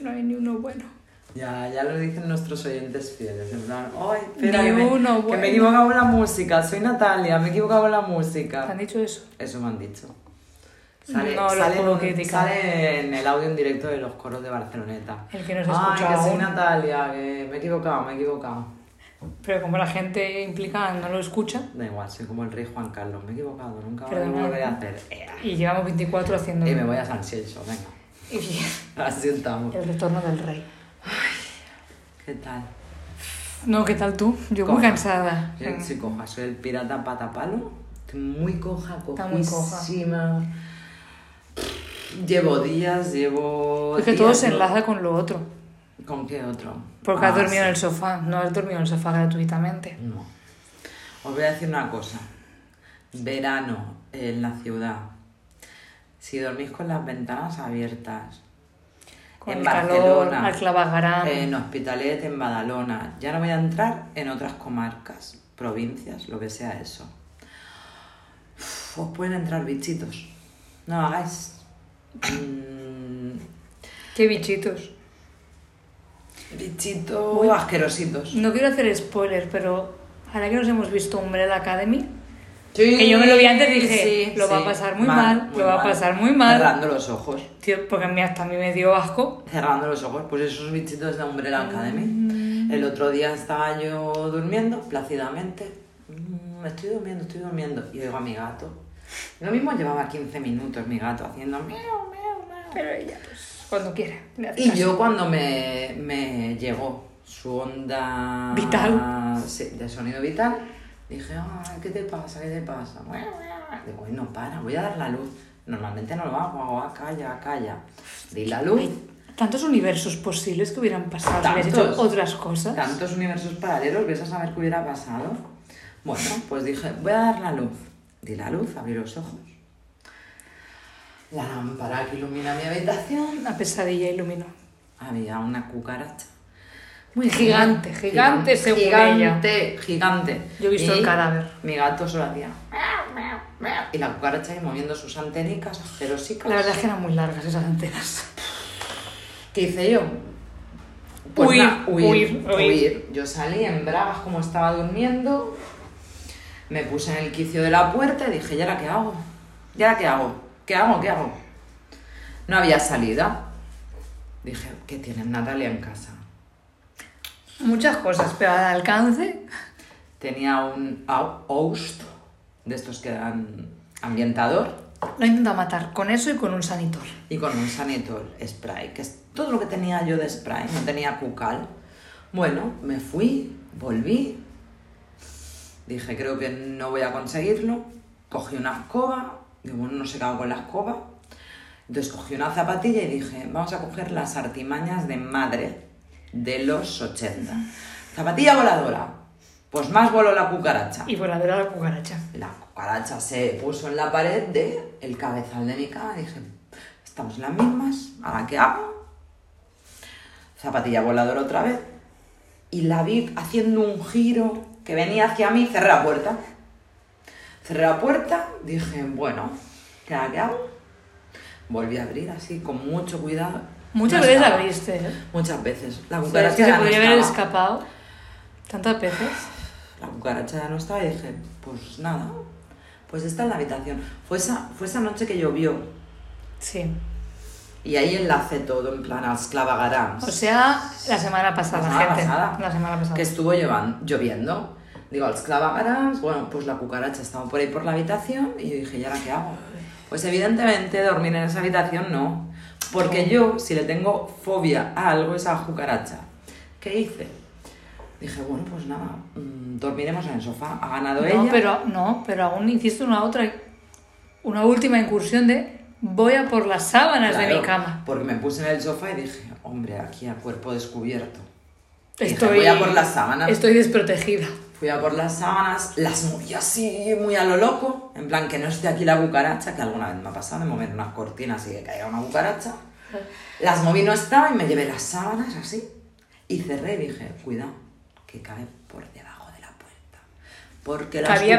No hay ni uno bueno. Ya, ya lo dicen nuestros oyentes fieles, en plan, ay, espera, que me, uno que bueno. me he equivocado con la música, soy Natalia, me he equivocado con la ¿Te han música. dicho eso? Eso me han dicho. Sale, No lo sale en puedo un- criticar. sale en el audio en directo de los coros de Barceloneta. El que nos Ay, escucha que soy aún. Natalia, que me he equivocado, me he equivocado. Pero como la gente implicada no lo escucha Da igual, soy como el rey Juan Carlos, me he equivocado, nunca lo Perdona. volveré a hacer. Ea. y llevamos 24 haciendo. Y Eh, me voy a San Celso, venga. Y- Asentamos. El retorno del rey. ¿Qué tal? No, ¿qué tal tú? Yo muy Coja. cansada. Yo soy coja, soy el pirata patapalo. Estoy muy coja, Está muy coja. cojísima. Llevo días, llevo. Es que días, todo se ¿no? enlaza con lo otro. ¿Con qué otro? Porque has Ah, dormido en sí. el sofá. No has dormido en el sofá gratuitamente. No. Os voy a decir una cosa. Verano en la ciudad. Si dormís con las ventanas abiertas, Con En el calor, Barcelona. Eh, al clavagarán. en Hospitalet, en Badalona, ya no voy a entrar en otras comarcas, provincias, lo que sea eso. Uf, Os pueden entrar bichitos. No lo hagáis. Mm, Qué bichitos. bichitos asquerositos. No quiero hacer spoiler, pero ahora que nos hemos visto Umbrella Academy, Sí, Que yo me lo vi antes y dije, sí, lo va a sí. pasar muy mal, lo va a pasar muy mal. Cerrando los ojos. tío, porque a mí hasta a mí me dio asco. cerrando los ojos, pues esos bichitos de Umbrella Academy. El otro día estaba yo durmiendo plácidamente. Mm, Estoy durmiendo, estoy durmiendo. Y oigo a mi gato. Lo mismo llevaba 15 minutos mi gato haciendo miau, miau, miau. Pero ella, pues, cuando quiera. le hace Y caso. yo cuando me, me llegó su onda... Vital. Sí, de sonido vital, dije, "Ay, ¿qué te pasa? ¿Qué te pasa? Digo, "Ay, no para, voy a dar la luz. Normalmente no lo hago, hago, "Ah, calla, calla. Di la luz. Hay tantos universos posibles que hubieran pasado si hubieras Tantos. hecho otras cosas. Tantos universos paralelos, ves a saber qué hubiera pasado. Bueno, pues dije, voy a dar la luz. Di la luz, abrí los ojos. La lámpara que ilumina mi habitación. Una pesadilla iluminó. Había una cucaracha. Muy gigante, gigante, según Gigante, gigante. Yo he visto Y el cadáver. Mi gato solo hacía. "Meow, meow, meow". Y la cucaracha ahí moviendo sus antenicas asquerosicas. La verdad es que eran muy largas esas antenas. ¿Qué hice yo? Pues Huir, nada, huir, huir. Yo salí en bragas como estaba durmiendo, me puse en el quicio de la puerta y dije, ¿y ahora qué hago? ¿Y ahora qué hago? ¿Qué hago? ¿Qué hago? No había salida. Dije, ¿qué tienes Natalia en casa? Muchas cosas, pero al alcance. Tenía un au- host, de estos que dan ambientador, Lo he intentado matar con eso y con un sanitor. y con un sanitor spray, que es todo lo que tenía yo de spray, no tenía cucal. Bueno, me fui, volví, dije creo que no voy a conseguirlo, cogí una escoba, digo, bueno, no sé qué hago con la escoba, entonces cogí una zapatilla y dije, vamos a coger las artimañas de madre de los 80. Zapatilla voladora, pues más voló la cucaracha. Y voladora la cucaracha. La cucaracha se puso en la pared de el cabezal de mi cama. Dije, estamos en las mismas, ¿ahora qué hago? Zapatilla volador otra vez. Y la vi haciendo un giro que venía hacia mí, cerré la puerta. Cerré la puerta, dije, bueno, ¿qué ahora qué hago? Volví a abrir así, con mucho cuidado. Muchas No veces la estaba. abriste, ¿eh? Muchas veces. La O sea, cucaracha es que se ya no podría haber estaba. escapado tantas veces. La cucaracha ya no estaba y dije, pues nada, pues está en la habitación. Fue esa, fue esa noche que llovió Sí. y ahí enlacé todo en plan a O clavagarans. sea, la semana pasada, La semana gente. pasada. La semana pasada. Que estuvo llevan- lloviendo. Digo, al clavagarans, bueno, pues la cucaracha estaba por ahí por la habitación y yo dije, ¿y ahora qué hago? Pues evidentemente dormir en esa habitación no. Porque yo, si le tengo fobia a algo, es a la cucaracha. ¿Qué hice? Dije, bueno, pues nada, mm, dormiremos en el sofá. Ha ganado no, ella. pero no, pero aún hiciste una otra, una última incursión de voy a por las sábanas de Claro, mi cama. Porque me puse en el sofá y dije, hombre, aquí a cuerpo descubierto. Dije, Estoy voy a por las sábanas. Estoy desprotegida. Fui a por las sábanas, las moví así, muy a lo loco. En plan, que no esté aquí la cucaracha, que alguna vez me ha pasado de mover unas cortinas y que caiga una cucaracha. Las moví, no estaba, y me llevé las sábanas así. Y cerré y dije, cuidado, que cae por debajo de la puerta. Porque las Cabía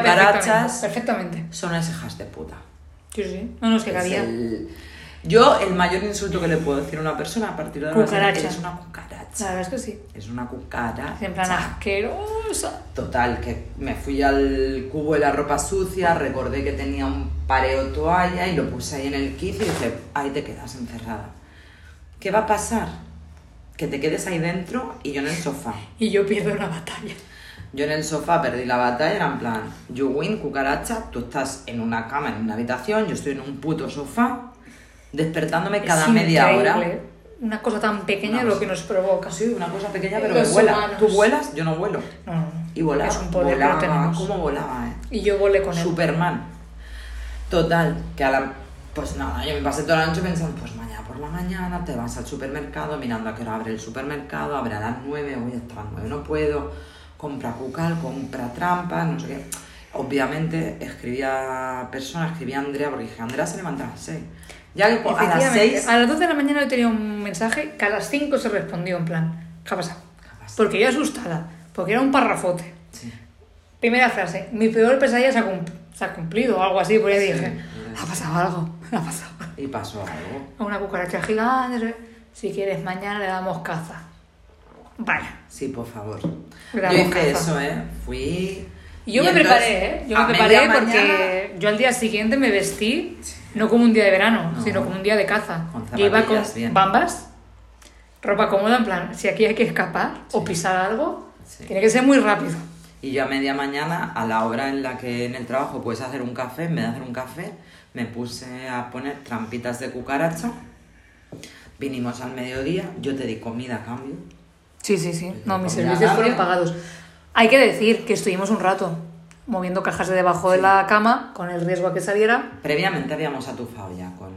perfectamente. cucarachas perfectamente. son las hijas de puta. Sí, sí. No, no, es que Es cabía. el- Yo, el mayor insulto que le puedo decir a una persona a partir de ahora Cucaracha. es una cucaracha. La verdad es que sí. Es una cucaracha. En plan asquerosa. Total, que me fui al cubo de la ropa sucia, recordé que tenía un pareo toalla y lo puse ahí en el kit y dije, ahí te quedas encerrada. ¿Qué va a pasar? Que te quedes ahí dentro y yo en el sofá. Y yo pierdo la batalla. Yo en el sofá perdí la batalla, era en plan, you win, cucaracha, tú estás en una cama, en una habitación, yo estoy en un puto sofá, despertándome cada Es media increíble. hora. Una cosa tan pequeña No, lo que nos provoca. Sí, una cosa pequeña, pero Los que vuela. humanos. Tú vuelas, yo no vuelo. No, no, no. Y volaba, Es un poder que volaba, no tenemos. ¿cómo volaba, eh? Y yo volé con él. Superman. Total, que a la... Pues nada, yo me pasé toda la noche pensando, pues mañana por la mañana te vas al supermercado, mirando a qué hora abre el supermercado, abre a las 9, hoy hasta las 9 no puedo, compra cucal, compra trampa, no sé qué. Obviamente escribía persona, escribía Andrea, porque dije, Andrea se levanta a las 6. Ya que pues, a las Efectivamente, 6... a las 12 de la mañana yo tenía un mensaje que a las 5 se respondió en plan, ¿qué ha pasado? Porque yo asustada, porque era un parrafote. Sí. Primera frase, mi peor pesadilla se ha, cum- se ha cumplido o algo así, pues ya Sí, dije, ya. ha pasado algo, ha pasado. Y pasó algo. A una cucaracha gigante, no sé, si quieres mañana le damos caza. Vale. Sí, por favor. Grabo yo hice caza. eso, ¿eh? Fui... Y Yo y me entonces, preparé, ¿eh? Yo me a preparé media porque mañana- yo al día siguiente me vestí, no como un día de verano, No. sino como un día de caza. Con Yo iba con zapatillas, bien. bambas, ropa cómoda, en plan, si aquí hay que escapar o pisar algo, Sí. tiene que ser muy rápido. Y yo a media mañana, a la hora en la que en el trabajo puedes hacer un café, en vez de hacer un café, me puse a poner trampitas de cucaracha. Vinimos al mediodía, yo te di comida a cambio. Sí, sí, sí. No, mis comida servicios fueron rápida. pagados. Hay que decir que estuvimos un rato moviendo cajas de debajo de la cama con el riesgo a que saliera. Previamente habíamos atufado ya con...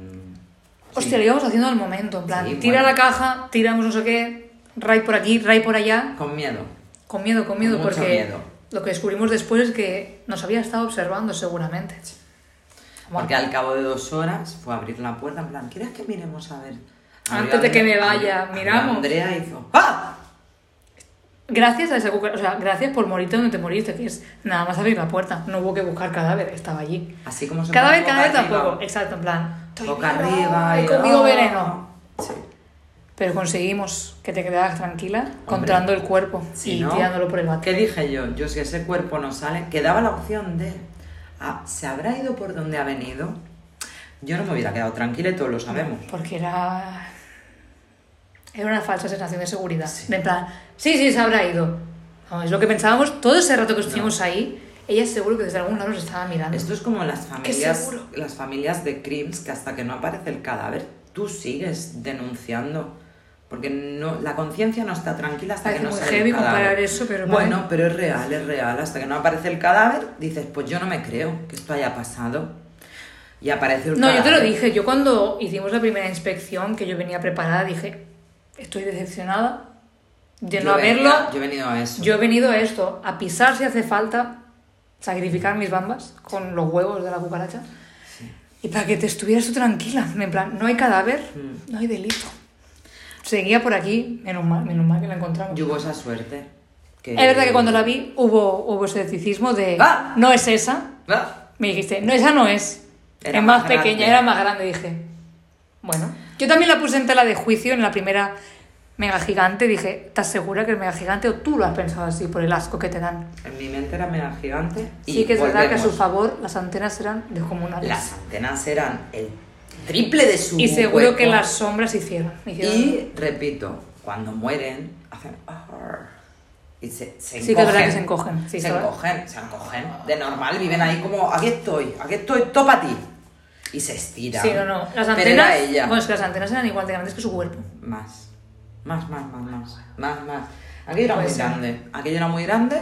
Hostia, lo íbamos haciendo al momento, en plan, Sí, tira la bueno. caja, tiramos no sé qué, ray por aquí, ray por allá. Con miedo. Con miedo, con miedo, Con mucho porque miedo. lo que descubrimos después es que nos había estado observando seguramente. Bueno, Porque al cabo de dos horas fue a abrir la puerta, en plan, ¿quieres que miremos a ver? Antes Abrió de que Andrea- me vaya, abrió miramos. Andrea hizo... ¡Ah! Gracias a esa cucaracha, o sea, gracias por morirte donde te moriste, que es nada más abrir la puerta, no hubo que buscar cadáver, estaba allí. Así como se Cada pone vez, cada vez boca arriba. tampoco, exacto, en plan, estoy Boca viva, arriba. he y- comido ¡Oh! veneno. Sí. Pero conseguimos que te quedaras tranquila controlando el cuerpo Sí, y ¿no? tirándolo por el bate. ¿Qué dije yo? Yo si ese cuerpo no sale, quedaba la opción de, ah, ¿se habrá ido por donde ha venido? Yo no me hubiera quedado tranquila y todos lo sabemos. Porque era. Era una falsa sensación de seguridad. Sí. De en plan, sí, sí, se habrá ido. Vamos, es lo que pensábamos todo ese rato que estuvimos ahí. Ella seguro que desde algún lado nos estaba mirando. Esto es como las familias, seguro. las familias de crims que hasta que no aparece el cadáver, tú sigues denunciando. Porque no, la conciencia no está tranquila hasta Parece que no muy sale heavy el cadáver. comparar eso, pero vale. bueno, pero es real, es real. Hasta que no aparece el cadáver, dices, pues yo no me creo que esto haya pasado. Y aparece el No, yo te lo cadáver. dije. Yo cuando hicimos la primera inspección, que yo venía preparada, dije, estoy decepcionada de no Yo venía- haberlo. Yo he venido a eso. Yo he venido a esto, a pisar si hace falta, sacrificar mis bambas con los huevos de la cucaracha. Y para que te estuvieras tú tranquila, en plan, no hay cadáver, Mm. no hay delito. Seguía por aquí, menos mal, menos mal que la encontramos. Yo hubo esa suerte. que- Es verdad que cuando la vi hubo, hubo escepticismo de, ¡Ah! no es esa. ¡Ah! Me dijiste, no, esa no es. Era es más, más grande. pequeña, era más grande, dije. Bueno, yo también la puse en tela de juicio en la primera mega gigante. Dije, ¿estás segura que el mega gigante o tú lo has pensado así por el asco que te dan? En mi mente era mega gigante. Y Sí que es verdad que a volvemos. su favor las antenas eran descomunales. Las antenas eran el triple de su. y seguro cuerpo. que las sombras hicieron. hicieron- Y repito, cuando mueren, hacen. "Arr". Y se, se Sí que es verdad que se encogen, sí, se ¿sabes? encogen, se encogen. De normal viven ahí como, aquí estoy, aquí estoy, topa a ti. Y se estiran. Sí, no, no. Las Pero antenas. pues- era ella. Bueno, es que las antenas eran igual de grandes que su cuerpo. Más. Más, más, más, más. Más, más. Aquello era Puede muy ser. grande. Aquello era muy grande.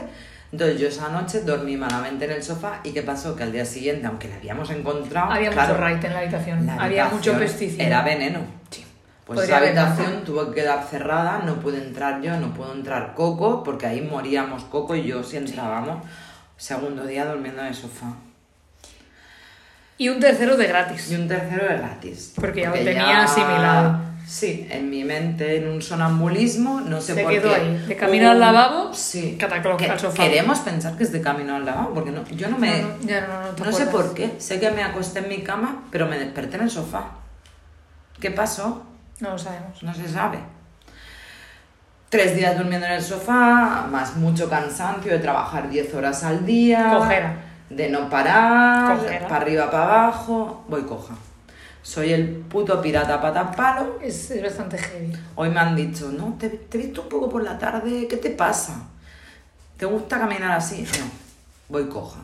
Entonces yo esa noche dormí malamente en el sofá y ¿qué pasó? Que al día siguiente, aunque la habíamos encontrado... Había Ah, claro, mucho raite en la habitación. la Había habitación mucho pesticida. Era veneno. Sí. Pues Podría haber esa habitación matado. tuvo que quedar cerrada, no pude entrar yo, no pudo entrar Coco, porque ahí moríamos Coco y yo si entrábamos. Segundo día durmiendo en el sofá. Y un tercero de gratis. Y un tercero de gratis. Porque ya lo tenía asimilado. Sí, en mi mente, en un sonambulismo, no sé Se por quedó qué. ahí, de camino al lavabo, sí. catacloc Que- al sofá. Queremos pensar que es de camino al lavabo, porque no, yo no me. No, no, ya no, no te no sé acuerdas. por qué. Sé que me acosté en mi cama, pero me desperté en el sofá. ¿Qué pasó? No lo sabemos. Pues No se sabe. Tres días durmiendo en el sofá, más mucho cansancio de trabajar 10 horas al día. Cojera. De no parar, Cojera. para arriba, para abajo. Voy coja. Soy el puto pirata patapalo. Es, es bastante heavy. Hoy me han dicho, no, te, te he visto un poco por la tarde, ¿qué te pasa? ¿Te gusta caminar así? No, voy coja.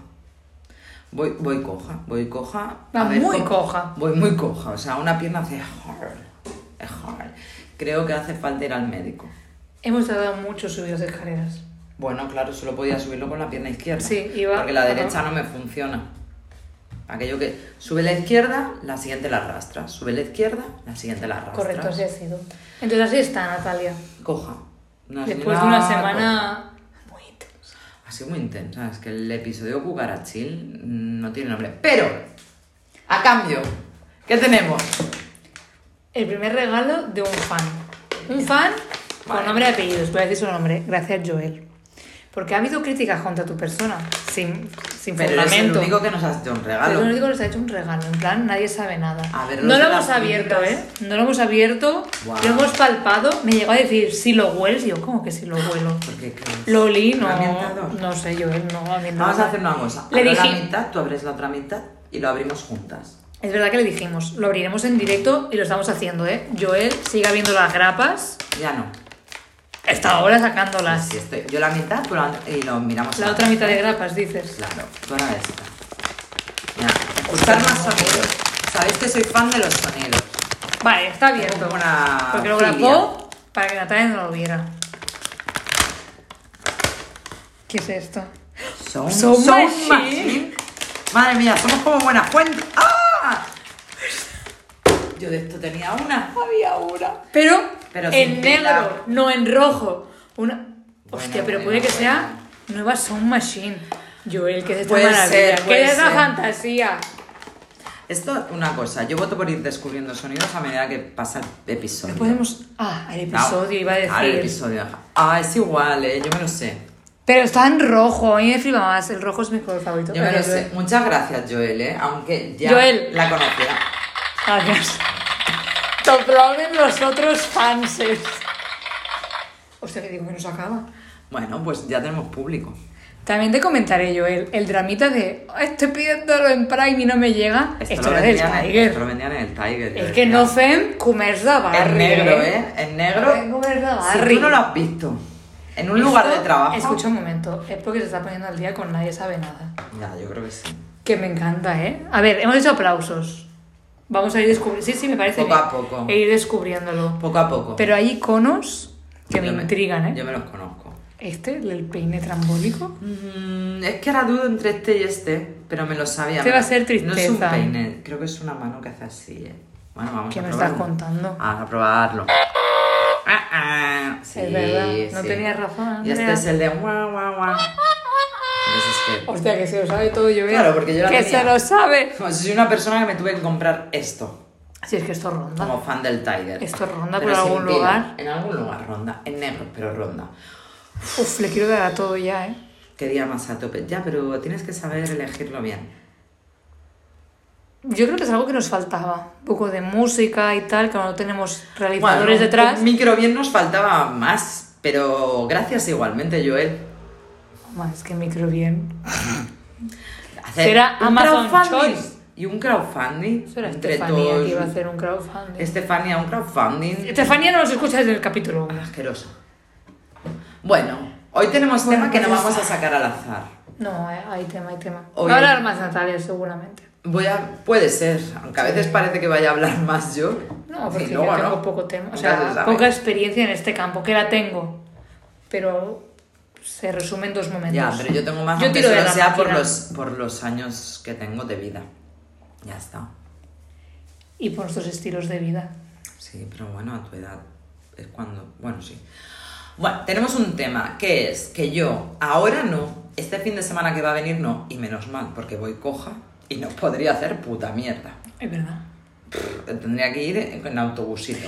Voy, voy coja, voy coja. Va muy cómo- coja. Voy muy coja, o sea, una pierna hace hard, es hard. Creo que hace falta ir al médico. Hemos tardado mucho en subir las escaleras. Bueno, claro, solo podía subirlo con la pierna izquierda. Sí, iba- Porque la ajá. derecha no me funciona. Aquello que sube la izquierda, la siguiente la arrastra. Sube la izquierda, la siguiente la arrastra. Correcto, así ha sido. Entonces así está Natalia. Coja. Una Después de una señora semana... Muy intensa. Ha sido muy intensa, es que el episodio Cucarachil mm, no tiene nombre. Pero, a cambio, ¿qué tenemos? El primer regalo de un fan. Un fan con Vale. nombre y apellidos. Voy a decir su nombre. Gracias, Joel. Porque ha habido críticas contra tu persona. Sin, sin Pero es el fundamento. único que nos has hecho un Pero regalo. digo que nos ha hecho un regalo, en plan, nadie sabe nada. A ver, no los lo de las hemos abierto, ¿eh? críticas. No lo hemos abierto, Guau. lo hemos palpado. Me llegó a decir, si lo hueles, Y yo, ¿cómo que si lo huelo? Porque, claro, Lo olí, no. ¿Lo ha ambientado? No sé, yo, él no, a mí no. Vamos a hacer una cosa. Le Abro la dije- mitad, tú abres la otra mitad y lo abrimos juntas. Es verdad que le dijimos, lo abriremos en directo y lo estamos haciendo, ¿eh? Joel sigue viendo las grapas, Ya no. está ahora sacándolas. Así estoy. Yo la mitad tú la- y lo miramos. La otra mitad de grapas, dices. Claro, tú ahora esta. Ya, escuchar más sonidos. Sabéis que soy fan de los sonidos. Vale, está abierto. Tengo una Porque lo filia. grabó para que Natalia no lo viera. ¿Qué es esto? Son, Sound son machine. machine. Madre mía, somos como buena fuente. ¡Ah! Yo de esto tenía una. Había una. Pero, Pero en sin negro, tela. no en rojo. Una... Bueno, Hostia, pero bueno, puede que bueno. sea nueva Sound Machine. Joel, que es esta Puede maravilla. ser, que puede es la ser. fantasía. Esto, una cosa, yo voto por ir descubriendo sonidos a medida que pasa el episodio. Podemos. Ah, el No, episodio, iba a decir. Ahora el episodio. Ah, es igual, eh, yo me lo sé. Pero está en rojo, a mí me flipa más. El rojo es mi color favorito. Yo me lo Gracias, sé. Muchas gracias, Joel, eh, aunque ya Joel. la conocía. Joel. Gracias. Te aplauden los otros fanses. Hostia, que digo que no se acaba. Bueno, pues ya tenemos público. También te comentaré, Joel, el dramita de "Ah, estoy pidiéndolo en Prime y no me llega. Esto, era del vendían en- Tiger. esto lo vendían en el Tiger. yo Es que decía. no fem comerç de En barri, negro, ¿eh? En negro. En comerç de Si barri. tú no lo has visto en un lugar de Esto- trabajo. Escucha un momento, es porque se está poniendo al día con Nadie Sabe Nada. Ya, yo creo que sí. Que me encanta, ¿eh? A ver, hemos hecho aplausos. Vamos a ir descubriendo... Sí, sí, me parece Poco a bien. poco. E ir descubriéndolo. Poco a poco. Pero hay iconos que Yo me intrigan, ¿eh? Yo me los conozco. Este, el del peine trambólico. Mm, es que ahora dudo entre este y este, pero me lo sabía. Este va a ser No es un tristeza. peine, creo que es una mano que hace así, ¿eh? Bueno, vamos ¿Qué a me probarlo. estás contando? Vamos a probarlo. Ah, ah, sí, verdad, no sí. tenía razón, Y este Andrea. es el de guau, guau, guau. Entonces, es que- Hostia, que se lo sabe todo yo. Claro, porque yo la Que tenía. se lo sabe. Como si soy una persona que me tuve que comprar esto. Si es que esto ronda. como fan del Tiger. Ah. Esto ronda por Pero sin algún pila. lugar. En algún lugar ronda, en negro, pero ronda. Uf, le quiero dar a todo ya, ¿eh? Quería más a tope. Ya, pero tienes que saber elegirlo bien. Yo creo que es algo que nos faltaba. Un poco de música y tal, que no tenemos realizadores Bueno, detrás. un micro bien nos faltaba más, pero gracias igualmente, Joel. Más que micro bien. Hacer Será un Amazon crowdfunding Choice. Y un crowdfunding Eso era entre Estefanía todos. Este- que iba a hacer Este- un crowdfunding. Estefanía, un crowdfunding. Estefanía no nos escucha desde el capítulo 1. Asqueroso. Bueno, hoy tenemos Bueno, tema que no pues ya vamos a está. sacar al azar. No, eh, hay tema, hay tema. Hoy- Va a hablar más Natalia, seguramente. Voy a, puede ser, aunque a veces parece que vaya a hablar más yo. No, Y porque luego yo tengo no. poco tema. O Nunca se sea, sabe. poca experiencia en este campo, que la tengo. Pero se resume en dos momentos. Ya, pero yo tengo más, Yo aunque tiro de solo la sea por máquina. los, por los años que tengo de vida. Ya está. Y por nuestros estilos de vida. Sí, pero bueno, a tu edad es cuando... Bueno, sí. Bueno, tenemos un tema, que es que yo ahora no, este fin de semana que va a venir no, y menos mal, porque voy coja y no podría hacer puta mierda. Es verdad. Tendría que ir en en autobusito.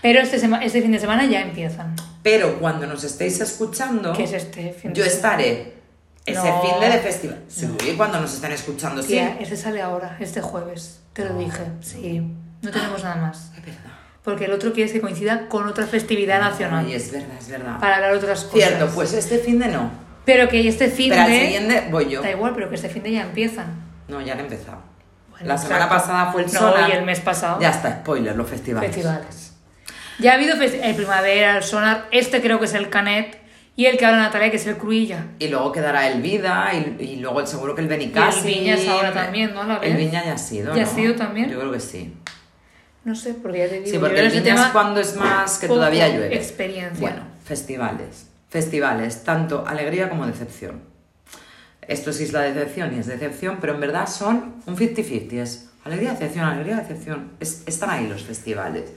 Pero este, sema- este fin de semana ya empiezan. Pero cuando nos estéis escuchando... ¿Qué es este fin de Yo semana? estaré ese No. fin de, de festival. Sí, Ah. cuando nos están escuchando, sí. Tía, este sale ahora, este jueves. Te lo dije, sí. No tenemos nada más. Es verdad. Porque el otro quieres que coincida con otra festividad nacional. Ay, Ah, es verdad, es verdad. Para hablar otras cosas. Cierto, pues este fin de no. Pero que este fin Pero al de. siguiente voy yo. Da igual, pero que este fin de ya empiezan. No, ya han empezado. Bueno, la semana exacto. pasada fue el No, Sonar. y el mes pasado. Ya está, spoiler, los festivales. Festivales. Ya ha habido fes- el Primavera, el Sonar, este creo que es el Canet, y el que habla Natalia, que es el Cruilla. Y luego quedará el Vida y, y luego el seguro que el Benicassi. Y el Viñas ahora también, ¿no? A la vez. El Viña ya ha sido. ¿Ya ha ¿no? sido también? Yo creo que sí. No sé, porque ya te digo. Sí, yo porque en el ese Viña es tema cuando es más que todavía poco llueve. experiencia. Bueno, festivales. Festivales, tanto alegría como decepción. Esto sí es la decepción y es decepción, pero en verdad son un 50-50. Es alegría, decepción, alegría, decepción. Es- están ahí los festivales.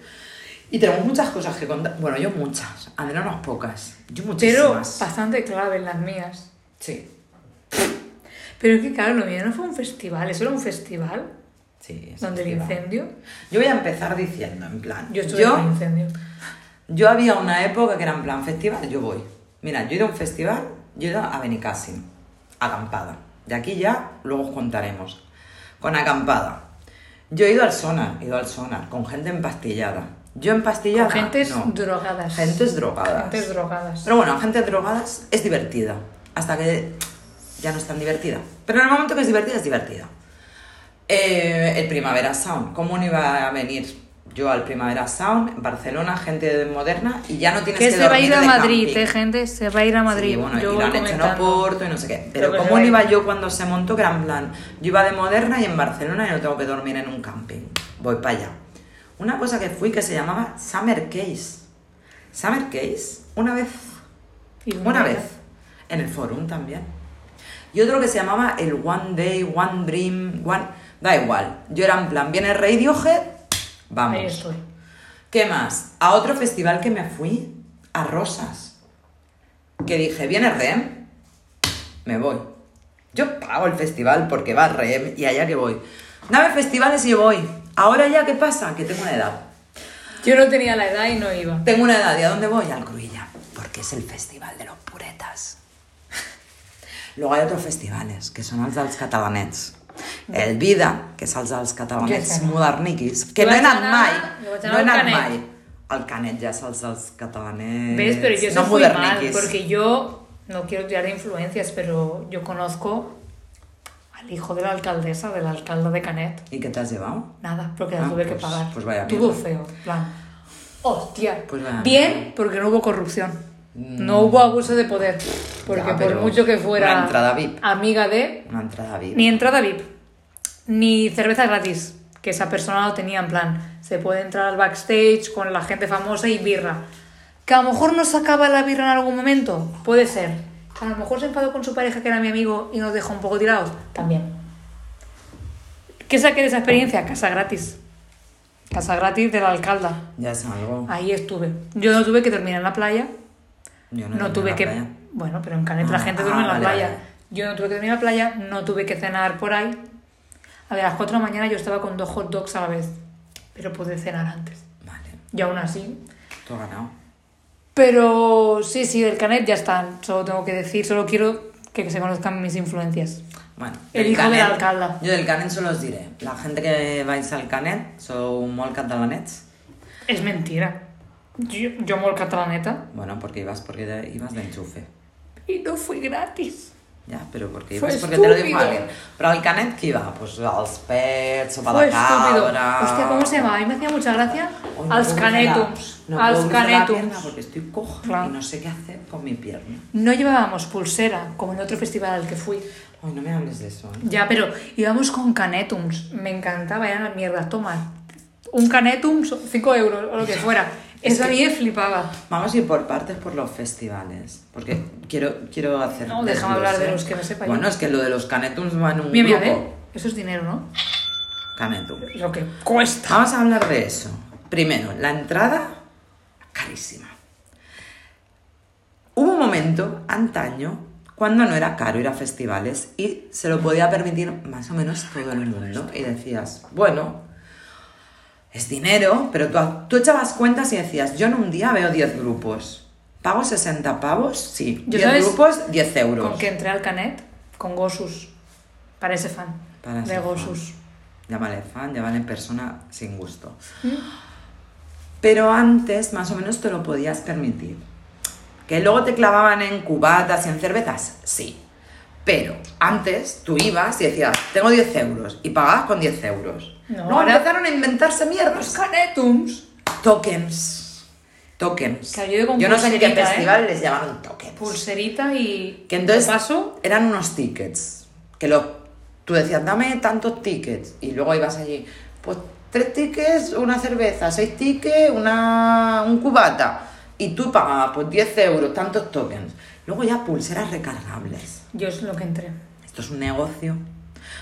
Y tenemos muchas cosas que contar. Bueno, yo muchas. Andrea unas pocas. Yo pero muchísimas. bastante clave en las mías. sí. Pero es que claro, lo mío no fue un festival, eso era un festival Sí. es donde el festival. incendio. Yo voy a empezar diciendo, en plan. Yo estuve en el yo, incendio. yo había una época que era en plan festival, yo voy. Mira, yo he ido a un festival, yo he ido a Benicassim, acampada. De aquí ya luego os contaremos. Con acampada. Yo he ido al sonar, he ido al sonar, con gente empastillada. Yo empastillada. Con gentes no. drogadas. Gentes drogadas. Gentes drogadas. Pero bueno, gente drogadas es divertida. Hasta que ya no es tan divertida. Pero en el momento que es divertida, es divertida. Eh, el Primavera Sound. ¿Cómo no iba a venir yo al Primavera Sound? En Barcelona, gente de moderna. Y ya no tienes que Que se va a dormir ir a de Madrid, camping. eh, gente, se va a ir a Madrid. Sí, bueno, Yo y voy lo han hecho en comentando. Oporto y no sé qué. Pero Creo que ¿cómo se no va a iba ir. yo cuando se montó? Que era en plan, yo iba de moderna y en Barcelona y no tengo que dormir en un camping. Voy para allá. Una cosa que fui que se llamaba Summer Case. Summer Case, una vez Y una vez. En el forum también. Y otro que se llamaba el One Day, One Dream, One... Da igual. Yo era en plan, viene Radiohead, vamos. Ahí estoy. ¿Qué más? A otro festival que me fui, a Rosas. Que dije, viene Rem, me voy. Yo pago el festival porque va Rem y allá que voy. Dame festivales y yo voy. Ahora ya, ¿qué pasa? Que tengo una edad. Yo no tenía la edad y no iba. Tengo una edad, ¿y a dónde voy? Al Cruilla, porque es el festival de los puretas. Luego hay otros festivals, que són els dels catalanets. El Vida, que és els dels catalanets Jo sé. moderniquis, que Jo no he vaig anat anar- mai, jo vaig anar no he al anat Canet. mai. El Canet ja és els dels catalanets, ¿Ves? Pero yo Mm, no soy muy mal, moderniquis. porque yo no quiero tirar de influencias, pero yo conozco al hijo de la alcaldesa, del alcalde de Canet. I què t'has llevat? Nada, porque la Ah, tuve que pues- pagar. pues vaya Tuvo mierda. feo. en plan, Hostia. Pues vaya Bien, mierda. Mm. porque no hubo corrupción. No hubo abuso de poder. Porque Ya, por pero mucho que fuera una entrada VIP. amiga de, Una entrada VIP. ni entrada VIP, ni cerveza gratis, que esa persona lo tenía en plan, se puede entrar al backstage con la gente famosa y birra. Que a lo mejor nos acaba la birra en algún momento, puede ser. A lo mejor se enfadó con su pareja que era mi amigo y nos dejó un poco tirados, también. ¿Qué saqué de esa experiencia? Casa gratis. Casa gratis de la alcalda. Ja és algo. Ahí estuve. Yo no tuve que dormir en la playa, no, Jo he anat a tuve la que. playa. Bueno, pero en Canet la Ah, gente ah, duerme en la vale, playa. vale. Yo no tuve que dormir en la playa, no tuve que cenar por ahí. A ver, a las 4 de la mañana yo estaba con dos hot dogs a la vez, pero pude cenar antes. Vale, Y aún así. tu has ganado. Pero sí, sí, del Canet ya están. Solo tengo que decir, solo quiero que se conozcan mis influencias. Bueno, El del hijo de Canet- l'alcalde. Jo del Canet solo os diré, la gente que vais al Canet sou molt catalanets. Es mentira. Yo, yo amo el catalaneta Bueno, porque ibas porque de- ibas de enchufe. y no fui gratis. Ya, pero porque Fue ibas porque te lo dijo estúpido. alguien. Però al Canet qui va? Pues als pets, sopa Fue de estúpido. cabra... Hostia, ¿cómo se llama? A mí me hacía mucha gracia. Hoy no Als puedo cruzar la- Canetums. No puedo Als cruzar la Canetums. pierna porque estoy coja Claro. y no sé qué hacer con mi pierna. No llevábamos pulsera, como en otro festival al que fui. Ay, no me hables de eso. ¿eh? Ya, pero íbamos con canetums. Me encantaba, era la mierda. Toma, un canetum, 5 euros o lo que fuera. Eso a mí me flipaba. Vamos a ir por partes por los festivales, porque quiero, quiero hacer... No, déjame hablar de los desglose. que no sepa yo. Bueno, es que lo de los canetums va en un Mira, mira, grupo. ¿eh? Eso es dinero, ¿no? Canetum. Lo que cuesta. Vamos a hablar de eso. Primero, la entrada, carísima. Hubo un momento, antaño, cuando no era caro ir a festivales y se lo podía permitir más o menos todo el mundo. Y decías, bueno, es dinero, pero tú, tú echabas cuentas y decías, yo en un día veo 10 grupos. ¿Pago 60 pavos? Sí. Yo 10 sabes grupos, 10 euros. Con que entré al canet con Gosus. Para ese fan Para ese de fan. Gosus. Llámale fan, llámale persona sin gusto. ¿Mm? Pero antes, más o menos, te lo podías permitir. ¿Que luego te clavaban en cubatas y en cervezas? Sí. Pero antes tú ibas y decías, tengo 10 euros, y pagabas con 10 euros. No, No, ahora- empezaron a inventarse mierdas. Los canetums. Tokens. Tokens. Que ayude con Yo no sé en qué pulserita, ¿eh? festival les llamaron tokens. Pulserita y. Que entonces Paso. eran unos tickets. Que lo, tú decías, dame tantos tickets. Y luego ibas allí, pues tres tickets, una cerveza, seis tickets, una, un cubata. Y tú pagabas pues 10 euros, tantos tokens. Luego ya pulseras recargables. Yo es lo que entré. Esto es un negocio.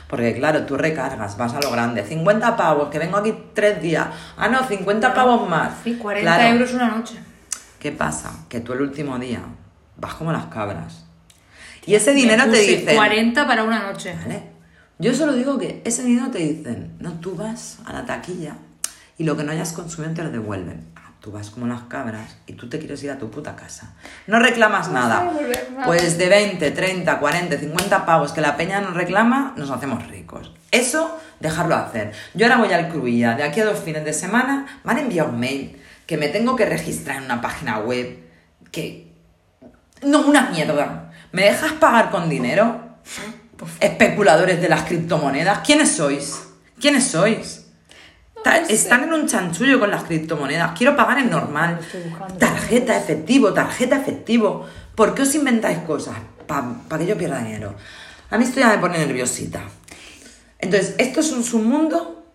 Porque claro, tú recargas, vas a lo grande. 50 pavos, que vengo aquí tres días. Ah, no, 50 pavos más. Sí, 40 Claro. euros una noche. ¿Qué pasa? Que tú el último día vas como las cabras. Y ese dinero Me te puse dicen... 40 para una noche. ¿vale? Yo solo digo que ese dinero te dicen, no, tú vas a la taquilla y lo que no hayas consumido te lo devuelven. Ah, Tú vas como las cabras y tú te quieres ir a tu puta casa. No reclamas nada. quiero volver, nada. Pues de 20, 30, 40, 50 pavos que la peña nos reclama, nos hacemos ricos. Eso, dejarlo hacer. Yo ahora voy al Cruilla, de aquí a dos fines de semana me han enviado un mail que me tengo que registrar en una página web que... No, una mierda. ¿Me dejas pagar con dinero? especuladores de las criptomonedas. ¿Quiénes sois? ¿Quiénes sois? Ta- Están en un chanchullo con las criptomonedas. Quiero pagar en normal. Estoy buscando. Tarjeta efectivo, tarjeta efectivo. ¿Por qué os inventáis cosas? Para que yo pierda dinero. A mí esto ya me pone nerviosita. Entonces, esto es un submundo.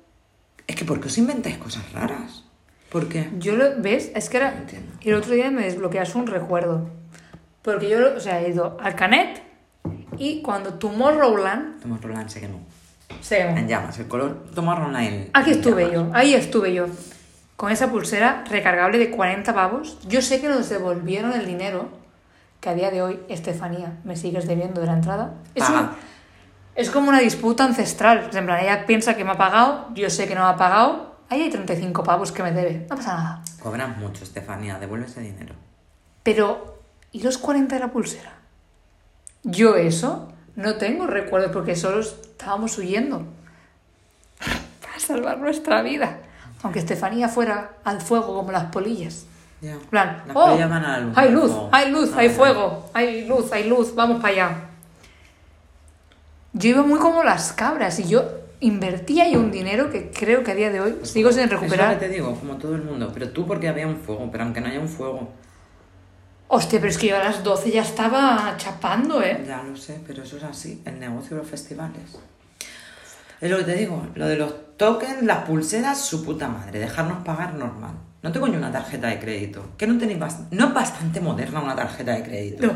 Es que ¿por qué os inventáis cosas raras? ¿Por qué? Yo lo. ¿Ves? Es que era. Entiendo. El otro día me desbloqueas un recuerdo. Porque yo, o sea, he ido al Canet y cuando Tomorrowland. Tomás Roland, sé que no. Se... En llamas, el color. Tomás Roland. en- Aquí en estuve llamas. yo, ahí estuve yo. Con esa pulsera recargable de 40 pavos. Yo sé que nos devolvieron el dinero que a día de hoy, Estefanía, me sigues debiendo de la entrada. Es, un- Paga. es como una disputa ancestral. En plan, ella piensa que me ha pagado, yo sé que no me ha pagado. Ahí hay 35 pavos que me debe. No pasa nada. Cobras mucho, Estefanía. Devuelve ese dinero. Pero, ¿y los 40 de la pulsera? Yo eso no tengo recuerdos porque solo estábamos huyendo para salvar nuestra vida. Aunque Estefanía fuera al fuego como las polillas. Ya. En plan, Las "Oh, pollas van a la luz. hay luz, No. hay luz, Ah, hay vale. fuego, hay luz, hay luz, vamos para allá. Yo iba muy como las cabras y yo invertía yo un dinero que creo que a día de hoy sigo sin Pues Es lo recuperar. que te digo, como todo el mundo. Pero tú porque había un fuego, pero aunque no haya un fuego. Hostia, pero es que yo a las 12 ya estaba chapando, ¿eh? Ya lo sé, pero eso es así. El negocio de los festivales. Es lo que te digo, lo de los tokens, las pulseras, su puta madre. Dejarnos pagar normal. No te coño una tarjeta de crédito. Que no tenéis bast- No es bastante moderna una tarjeta de crédito. No.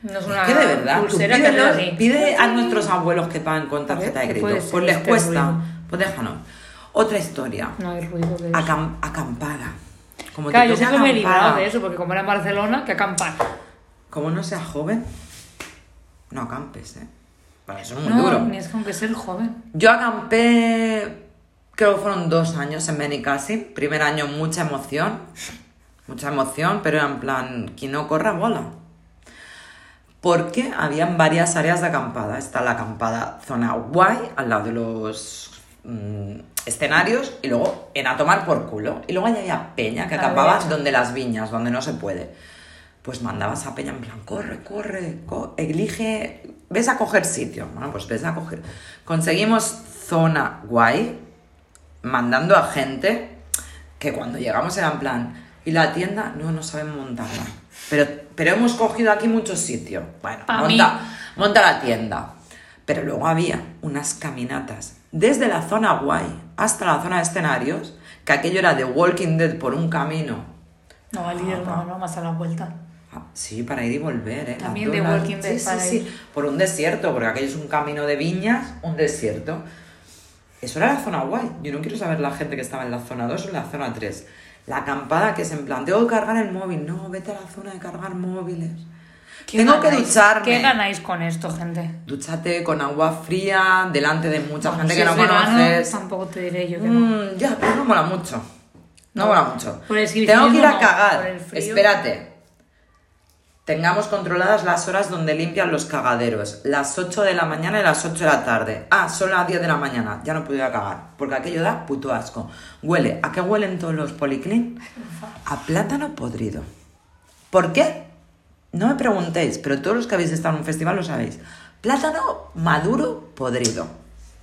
No es una que de verdad, tú pulsera que pídelo- haces así. pide a nuestros abuelos que paguen con ver, tarjeta de ¿qué crédito. puede ser Pues les este cuesta. ruido? Pues déjanos. Otra historia. No hay ruido de eso. Acam- acampada. Como te Claro, yo toque siempre me he librado acampada. de eso, porque como era en Barcelona, que acampan. Como no seas joven, no acampes, ¿eh? Para eso es muy no, duro. ni es que aunque ser joven. Yo acampé, creo que fueron dos años en Benicassi. Primer año mucha emoción, mucha emoción, pero era en plan, quien no corra bola. Porque habían varias áreas de acampada. Está la acampada zona guay, al lado de los mm, escenarios, y luego en a tomar por culo. Y luego allí había peña que A la acampaba derecha. donde las viñas, donde no se puede. Pues mandabas a Peña en plan, corre, corre, co- elige, ves a coger sitio. Bueno, pues ves a coger. Conseguimos zona guay, mandando a gente que cuando llegamos era en plan, y la tienda, no, no saben montarla. Pero, pero hemos cogido aquí muchos sitios. Bueno, Pa' monta, mí. monta la tienda. Pero luego había unas caminatas desde la zona guay hasta la zona de escenarios, que aquello era de Walking Dead por un camino No, al líder no, no, más a la vuelta. Ah, Sí, para ir y volver, ¿eh? Las También dos, de las- Walking Dead, Sí, sí, para sí. ir. Por un desierto, porque aquello es un camino de viñas, un desierto. Eso era la zona guay. Yo no quiero saber la gente que estaba en la zona 2 o en la zona 3. La acampada que se en plan, tengo que cargar el móvil. No, vete a la zona de cargar móviles. ¿Qué Tengo que ganáis? ducharme. ¿Qué ganáis con esto, gente? Dúchate con agua fría, delante de mucha Bueno, gente si que no es verano, conoces. Tampoco te diré yo que no. Mm, ya, pero no mola mucho. No, No, mola mucho. por el Tengo que ir civismo a no, por cagar. el frío. Espérate. Tengamos controladas las horas donde limpian los cagaderos, las 8 de la mañana y las 8 de la tarde. Ah, son las 10 de la mañana, ya no pudiera cagar, porque aquello da puto asco. Huele, ¿a qué huelen todos los policlin? A plátano podrido. ¿Por qué? No me preguntéis, pero todos los que habéis estado en un festival lo sabéis. Plátano maduro podrido.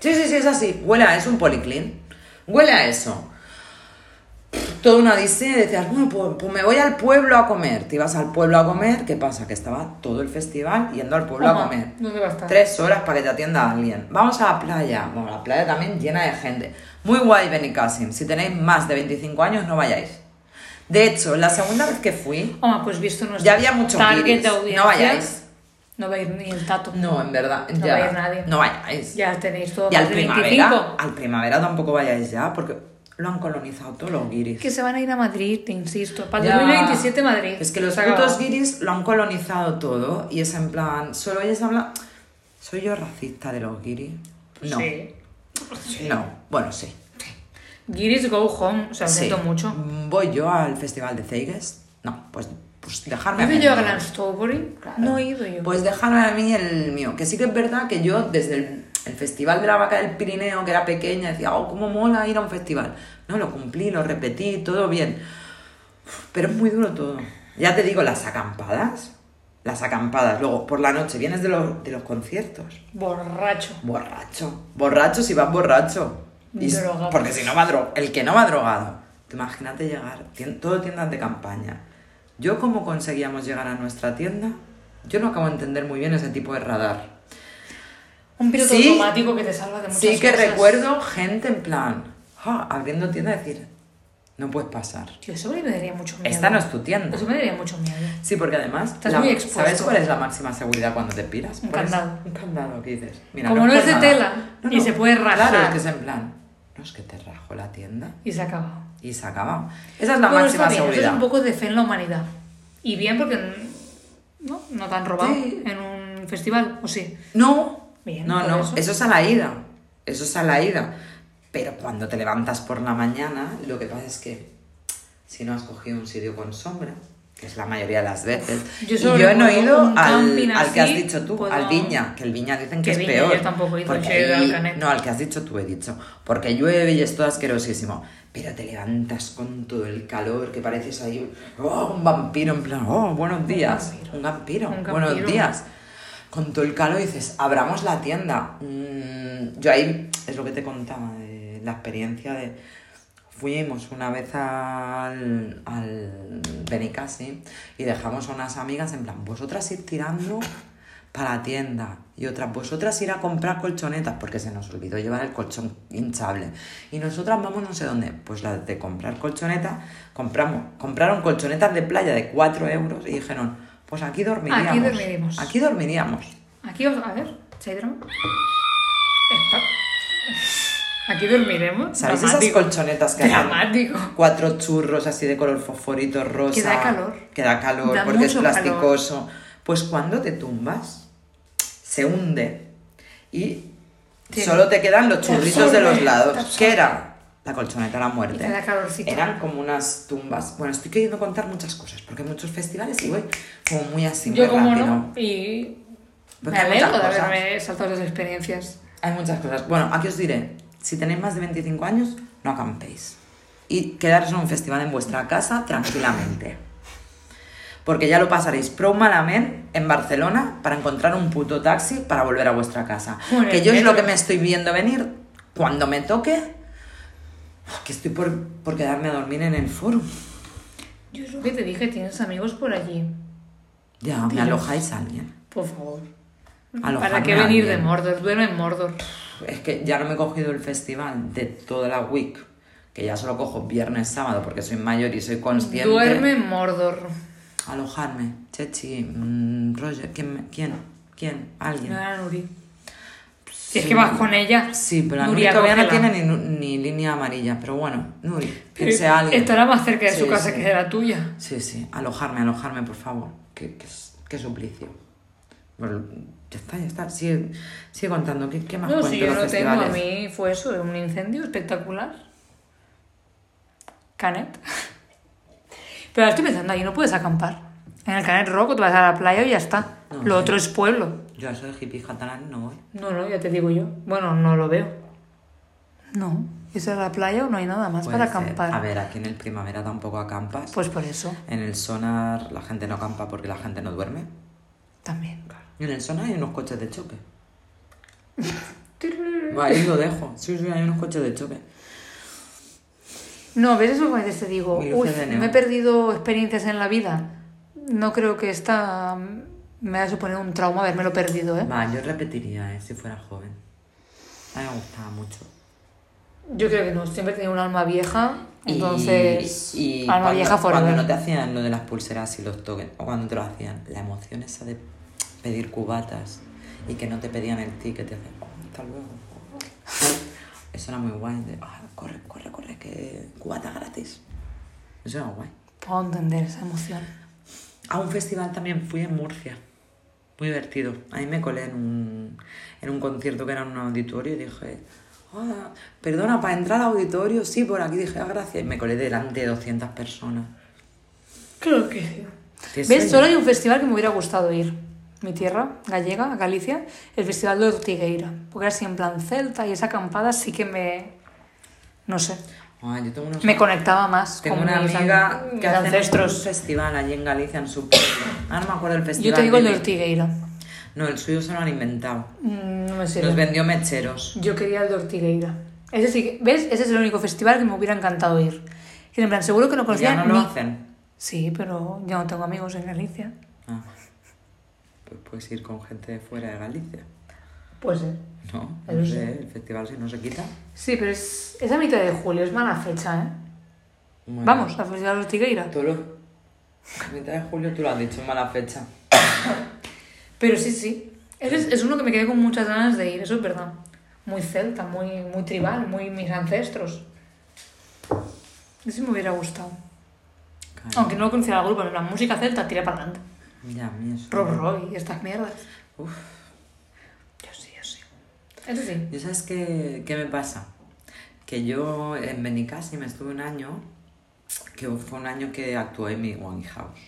Sí, sí, sí, es así. Huele a eso un policlin. Huele a eso toda una odisea, decías, bueno, pues, pues, me voy al pueblo a comer. Te ibas al pueblo a comer, ¿qué pasa? Que estaba todo el festival yendo al pueblo Ajá, a comer. ¿dónde va a estar? Tres horas para que te atienda alguien. Vamos a la playa. Bueno, la playa también llena de gente. Muy guay, Benicassim. Si tenéis más de 25 años, no vayáis. De hecho, la segunda vez que fui, Hombre, pues visto nuestro ya había mucho target guiris. de audiencia, No vayáis. No va a ir ni el tato. No, en verdad. No ya- va a ir nadie. No vayáis. Ya tenéis todo y más al de primavera, 25. al primavera tampoco vayáis ya, porque lo han colonizado todos los guiris. Que se van a ir a Madrid, te insisto. Para el Ya. 2027 Madrid. Es que los Se acaba. putos guiris lo han colonizado todo y es en plan, solo ellos hablan... ¿Soy yo racista de los guiris? No. Sí. No. Bueno, sí. Guiris go home, o sea, lo sí. siento mucho. Mm, ¿Voy yo al festival de Zeiges? No, pues, pues dejarme ¿No a he mí. ido yo a Grand Stowbury? No he ido yo. Pues dejarme a mí el mío. Que sí que es verdad que yo desde el, el festival de la vaca del Pirineo, que era pequeña, decía, oh, cómo mola ir a un festival. No, lo cumplí, lo repetí, todo bien. Pero es muy duro todo. Ya te digo, las acampadas. Las acampadas. Luego, por la noche, vienes de los, de los conciertos. Borracho. Borracho. Borracho si vas borracho. Y s- Drogado. Porque si no va drogado. El que no va drogado. Te imagínate llegar. tien- todo tiendas de campaña. Yo, ¿cómo conseguíamos llegar a nuestra tienda? Yo no acabo de entender muy bien ese tipo de radar. Un piloto Sí. automático que te salva de muchas Sí que cosas. recuerdo gente en plan, "Ja", abriendo tienda y decir, no puedes pasar. Tío, eso me daría mucho miedo. Esta no es tu tienda. Eso me daría mucho miedo. Sí, porque además, Estás muy expuesto. ¿sabes cuál es la máxima seguridad cuando te piras? Un Por eso- candado. Un candado que dices. Mira, Como no por es de nada. tela y se puede rajar. Claro, es que es en plan, no es que te rajo la tienda Y se acaba. y se acaba. Esa es la bueno, máxima está bien, eso seguridad. es un poco de fe en la humanidad. Y bien, porque mm, no, no te han robado Sí. en un festival, ¿o sí? No, Bien, no, por no, eso. eso. es a la ida. Eso es a la ida. Pero cuando te levantas por la mañana, lo que pasa es que si no has cogido un sitio con sombra, que es la mayoría de las veces, yo yo, solo y yo he no recuerdo ido un camping al, al que has así, dicho tú, puedo- al Viña, que el Viña dicen que Que es Viña, peor. yo tampoco he ido, porque yo he ido al ahí- Canet. no, al que has dicho tú he dicho, porque llueve y es todo asquerosísimo. Pero te levantas con todo el calor, que pareces ahí oh, un vampiro, en plan, oh, buenos días, un vampiro, Un vampiro. buenos días con todo el calor dices, abramos la tienda. Mm, yo ahí es lo que te contaba, de la experiencia de... Fuimos una vez al, al Benicassim y dejamos a unas amigas en plan, vosotras ir tirando para la tienda y otras, vosotras ir a comprar colchonetas porque se nos olvidó llevar el colchón hinchable. Y nosotras vamos no sé dónde, pues las de comprar colchonetas, compramos, compraron colchonetas de playa de 4 euros y dijeron, pues aquí dormiríamos. dormiremos. Aquí dormiríamos. Aquí, os- a ver, ¿se ha ido? Está- Aquí dormiremos. ¿Sabéis esas Dramático. colchonetas que hacen? Dramático. Cuatro churros así de color fosforito rosa. Que da calor. Que da calor Da porque es mucho calor. plasticoso. Pues cuando te tumbas, se hunde y Sí. solo te quedan los Te churritos absorbe, de los te lados. absorbe. ¿Qué era? La colchoneta de la muerte. Y te da calorcito. Eran como unas tumbas. Bueno, estoy queriendo contar muchas cosas porque hay muchos festivales y voy como muy así, muy Yo como rápido. no, y Pues me hay muchas alegro de cosas. haberme saltado esas experiencias. Hay muchas cosas. Bueno, aquí os diré, si tenéis más de 25 años, no acampéis. Y quedaros en un festival en vuestra casa tranquilamente. Porque ya lo pasaréis pro malamen en Barcelona para encontrar un puto taxi para volver a vuestra casa. Joder, que yo es lo metro. que me estoy viendo venir cuando me toque, que estoy por, por quedarme a dormir en el foro. Yo es lo que te dije, tienes amigos por allí. Ya, me alojáis a alguien. Por favor. Alojarme ¿Para qué a venir de alguien. Mordor? Duerme en Mordor. Es que ya no me he cogido el festival de toda la week, que ya solo cojo viernes, sábado, porque soy mayor y soy consciente. Duerme en Mordor. Alojarme. Chechi, mm, Roger, ¿quién? me- ¿Quién? ¿Quién? ¿Alguien? No era Nuri. Si es que vas con ella. Sí, pero la Nuri Nuria, todavía no cógela. tiene ni, nu- ni línea amarilla, pero bueno, Nuri, que sea alguien. Estará más cerca de su Sí, casa sí. que de la tuya. Sí, sí, alojarme, alojarme, por favor. Qué, qué, qué suplicio. Bueno, ya está, ya está. Sigue, sigue contando. ¿Qué, qué más No, cuento si de yo los no tengo, festivales? a mí fue eso, un incendio espectacular. Canet. Pero ahora estoy pensando, ahí no puedes acampar. En el Canet Rock te vas a la playa y ya está. No, lo sí. otro es pueblo. Yo a eso de hippies catalán no voy. No, no, ya te digo yo. Bueno, no lo veo. No, ¿es a la playa o no hay nada más Puede para ser. acampar? A ver, aquí en el primavera tampoco acampas. Pues por eso, En el sonar la gente no acampa porque la gente no duerme. también. Y en el sonar hay unos coches de choque. Ahí lo dejo. Sí, sí, hay unos coches de choque. No, ves eso a veces te digo, Mi uy, luces de neón". me he perdido experiencias en la vida. No creo que esta mm, me haya suponido un trauma habérmelo perdido, ¿eh? Va, yo repetiría, eh, si fuera joven. A mí me gustaba mucho. Yo creo que no, siempre he tenido un alma vieja, Y- entonces y alma cuando, vieja cuando forever. no te hacían lo de las pulseras y los tokens, o cuando te lo hacían, la emoción esa de pedir cubatas y que no te pedían el ticket, te hacían, "Oh, hasta luego. Eso era muy guay, de, "Ah, corre, corre, corre, que cubata gratis. Eso era guay. Puedo entender esa emoción. A un festival también fui en Murcia. Muy divertido. Ahí me colé en un, en un concierto que era en un auditorio y dije, "Hola, perdona, para entrar al auditorio, sí, por aquí. Dije, ah, gracias. Y me colé delante de 200 personas. Creo que sí. ¿Qué ¿Ves? soy? Solo hay un festival que me hubiera gustado ir. Mi tierra, gallega, Galicia, el Festival de Ortigueira. Porque era así en plan celta y esa acampada sí que me... No sé. Ah, yo tengo unos- Me conectaba más tengo con una mis, an- amiga mis que hace un ancestros. festival allí en Galicia, en su pueblo. Ahora no me acuerdo del festival. Yo te digo el de dime. Ortigueira. No, el suyo se lo han inventado. Mm, No me Nos sirve. vendió mecheros. Yo quería el de Ortigueira. Ese sí que- ¿Ves? Ese es el único festival que me hubiera encantado ir. Y en plan, seguro que no conocía ya no lo ni- hacen. Sí, pero ya no tengo amigos en Galicia. Ah. Pues puedes ir con gente de fuera de Galicia. Pues sí. No, Pero no sí. sé, el festival si no se quita. Sí, pero es, es a mitad de julio, es mala fecha, ¿eh? Bueno, Vamos, al Festival de Ortigueira. Tú lo... A mitad de julio tú lo has dicho en mala fecha. Pero sí, sí. Ese Es, es uno que me quedé con muchas ganas de ir, eso es verdad. Muy celta, muy, muy tribal, muy mis ancestros. Ese me hubiera gustado. Claro. Aunque no lo conociera el grupo, en plan, música celta, tira para adelante. Ya, a mí eso- Rob Roy y estas mierdas. Uf. Yo sí, yo sí. Eso sí. ¿Y sabes qué, qué me pasa? Que yo en Benicassim estuve un año, que fue un año que actué en mi One House.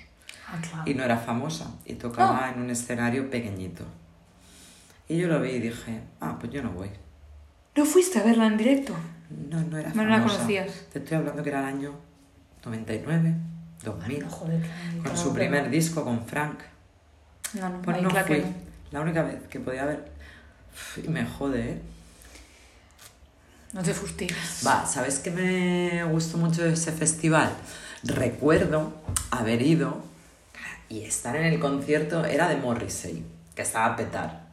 Ah, claro. Y no era famosa, y Ah. tocaba en un escenario pequeñito. Y yo lo vi y dije, ah, pues yo no voy. ¿No fuiste a verla en directo? No, no era No famosa. la conocías. Te estoy hablando que era el año 99, 2000, No, joder. claro, con claro, su claro. primer disco con Frank. No, no, Pues ahí no claro fui. que no. La única vez que podía ver. Y me jode, ¿eh? No te fustigas. Va, ¿sabes qué me gustó mucho de ese festival? Recuerdo haber ido y estar en el concierto, era de Morrissey, que estaba a petar.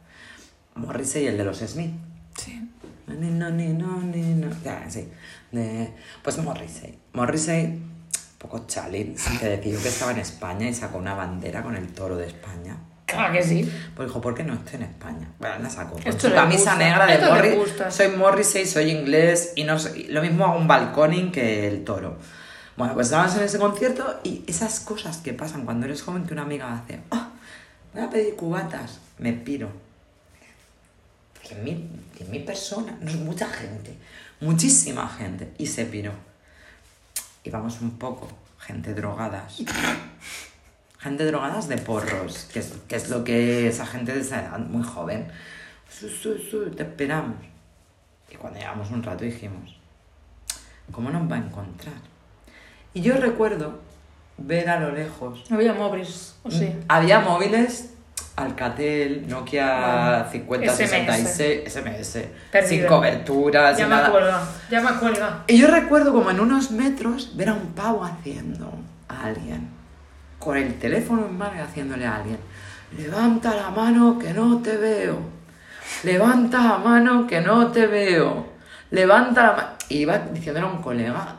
Morrissey, el de los Smith. Sí. Ni, no, ni, no, ni, no. Ya, sí. De- pues Morrissey. Morrissey, un poco challenge, que decidió que estaba en España y sacó una bandera con el toro de España. Claro que sí. Pues dijo, ¿por qué no estoy en España? Bueno, la sacó. Con Esto su le camisa gusta, negra de esto le Morris. gusta. Soy Morrissey, soy inglés y no soy- Lo mismo hago un balconing que el toro. Bueno, pues estábamos en ese concierto y esas cosas que pasan cuando eres joven que una amiga hace, "Ah, voy a pedir cubatas, me piro. 100.000 100.000 personas, no es mucha gente, muchísima gente, y se piró. Y vamos un poco, gente drogadas. Gente drogadas de porros, que es, que es lo que esa gente de esa edad muy joven. Su, su, su, te esperamos. Y cuando llegamos un rato dijimos, ¿cómo nos va a encontrar? Y yo recuerdo ver a lo lejos mm, No había mobres, o sí. había móviles Alcatel, Nokia Bueno, 5066, SMS, sin Perdido. cobertura, ya sin me nada. acuerdo. Ya me acuerdo. Y yo recuerdo como en unos metros ver a un pavo haciendo a alguien, con el teléfono en mano y haciéndole a alguien. Levanta la mano que no te veo. Levanta la mano que no te veo. Levanta la mano. Y iba diciéndole a un colega.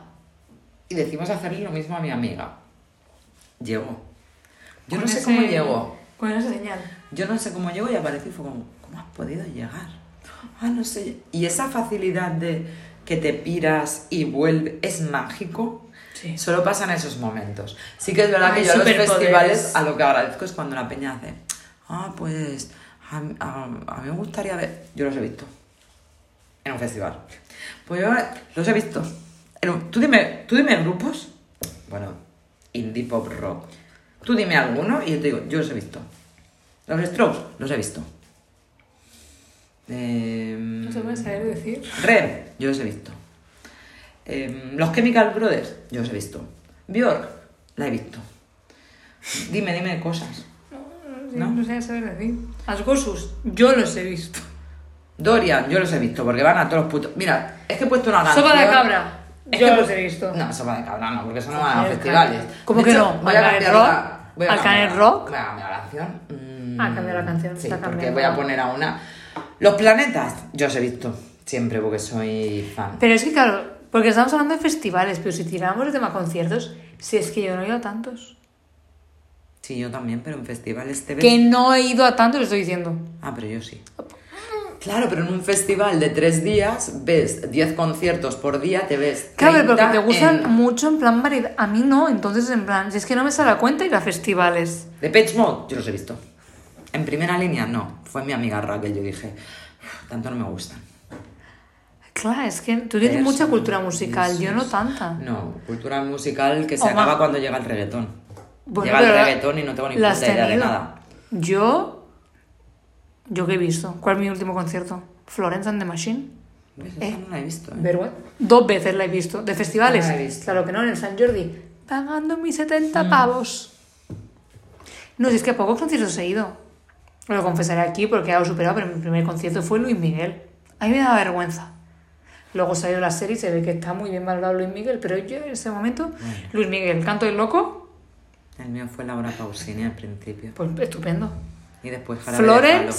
Y decimos hacerle lo mismo a mi amiga. Llegó. Yo Con no sé ese- cómo llegó. Con esa señal. Yo no sé cómo llego y aparecí y fue como, ¿cómo has podido llegar? Ah, no sé. Y esa facilidad de que te piras y vuelve es mágico. Sí. Solo pasa en esos momentos. Sí que es verdad Ay, que yo a los superpoderes. festivales a lo que agradezco es cuando la peña hace, ah, pues a, a- a mí me gustaría ver, yo los he visto en un festival. Pues yo los he visto. En un- tú, dime, tú dime grupos. Bueno, indie pop rock. Tú dime alguno y yo te digo, yo los he visto. Los Strokes, los he visto. Em, No se puede saber decir. Red, Em, yo los he visto. Em, los Chemical Brothers, yo los he visto. Bjork, la he visto. Dime, dime cosas. No, no, ¿No? no, no sé saber decir. Las Gosus, yo los he visto. Dorian, yo los he visto porque van a todos los putos. Mira, es que he puesto una canción. Sopa de cabra, Es yo que- los he visto. No, sopa de cabra no, porque eso no va a Joder, festivales. claro. ¿Cómo De que hecho, no? Voy a ¿Al Canet cambiar Rock? la. voy a ¿Al cambiar- Canet Rock? Voy a cambiar la canción. Mm, Ah, cambiar la canción, Sí, está porque cambiando. voy a poner a una. Los planetas, yo los he visto siempre porque soy fan. Pero es que claro, porque estamos hablando de festivales, pero si tiramos el tema conciertos, si es que yo no he ido a tantos. Sí, yo también, pero en festivales te Que ven. no he ido a tantos, lo estoy diciendo. Ah, pero yo sí. Claro, pero en un festival de tres días ves 10 conciertos por día, te ves. Claro, pero 30 porque te gustan en- mucho en plan variedad. A mí no, entonces en plan, si es que no me sale a cuenta ir a festivales. De Page Mode, yo los he visto. En primera línea, no. Fue mi amiga Raquel, yo dije, "Uf, tanto no me gustan. Claro, es que tú tienes Eso, mucha cultura musical, yo no eso. tanta. No, cultura musical que se Oma. acaba cuando llega el reggaetón. Bueno, llega el pero la- reggaetón y no tengo ni la puta has idea de tenido. nada. Yo. ¿Yo qué he visto? ¿Cuál es mi último concierto? ¿Florence and the Machine? ¿Ves? Eh. Esa no la he visto. ¿eh? ¿Verdad? Dos veces la he visto. De festivales. No Ah, la he visto. Mm. Claro que no, en el San Jordi. Pagando mis 70 pavos. No, si es que a pocos conciertos he ido. Lo confesaré aquí porque ya lo he superado, pero mi primer concierto fue Luis Miguel. A mí me daba vergüenza. Luego salió la serie y se ve que está muy bien valorado Luis Miguel, pero yo en ese momento, Luis Miguel, canto del loco, El mío fue Laura Pausini al principio. pues estupendo. Y después Jarabe Florence, de Palo.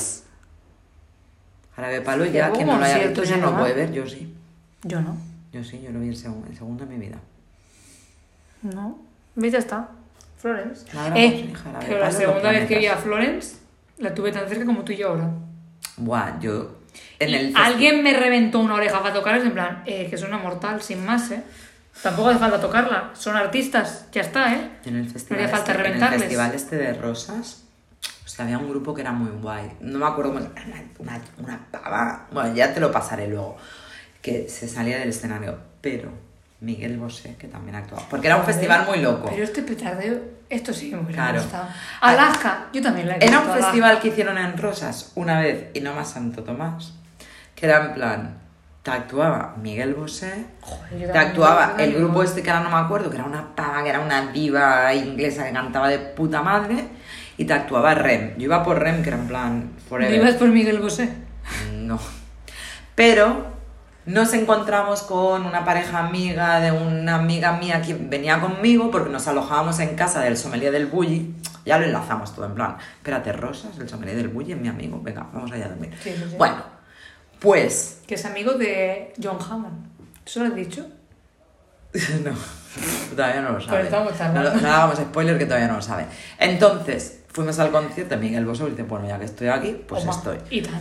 Jarabe de Palo Sí, ya, hubo quien no lo haya concierto visto ya y no lo demás. puede ver, yo sí. yo no. Yo sí, yo lo vi el, segun- el segundo en mi vida. No, ¿ves? Pues Ya está. Florence. Ahora vamos a eh, dejar a pero ver la los segunda vez que vi a planetas. Florence la tuve tan cerca como tú y yo ahora. Buah, yo... En el Alguien me reventó una oreja para tocarla, en plan, eh, que es una mortal, sin más, ¿eh? Tampoco hace falta tocarla, son artistas, ya está, ¿eh? En el festival, No haría falta este, en el reventarles. festival este de rosas, o sea, había un grupo que era muy guay. No me acuerdo cómo era una, una pava. Bueno, ya te lo pasaré luego. Que se salía del escenario. Pero Miguel Bosé, que también actuaba. Porque era un festival muy loco. Pero este petardeo, esto sí que me hubiera Claro. gustado. Alaska, yo también la he Era visto, un Alaska. festival que hicieron en Rosas una vez y no más Santo Tomás. Que era en plan. Te actuaba Miguel Bosé. Joder, yo Te también, actuaba yo el también. grupo este que ahora no me acuerdo, que era una pava, que era una diva inglesa que cantaba de puta madre. Y te actuaba Rem. Yo iba por Rem, que era en plan. ¿No Forever. ibas por Miguel Bosé? No. Pero nos encontramos con una pareja amiga de una amiga mía que venía conmigo porque nos alojábamos en casa del sommelier del Bulli. Ya lo enlazamos todo en plan. Espérate, Rosas, el sommelier del Bulli es mi amigo. Venga, vamos allá a dormir. Sí, sí, sí. Bueno, pues. Que es amigo de John Hammond. ¿Eso lo has dicho? No, todavía no lo sabe. estamos No, tardando. lo- no le hagamos spoiler que todavía no lo sabe. Entonces, fuimos al concierto de Miguel Bosé y dice, bueno, ya que estoy aquí, pues Oma, estoy. Y tal.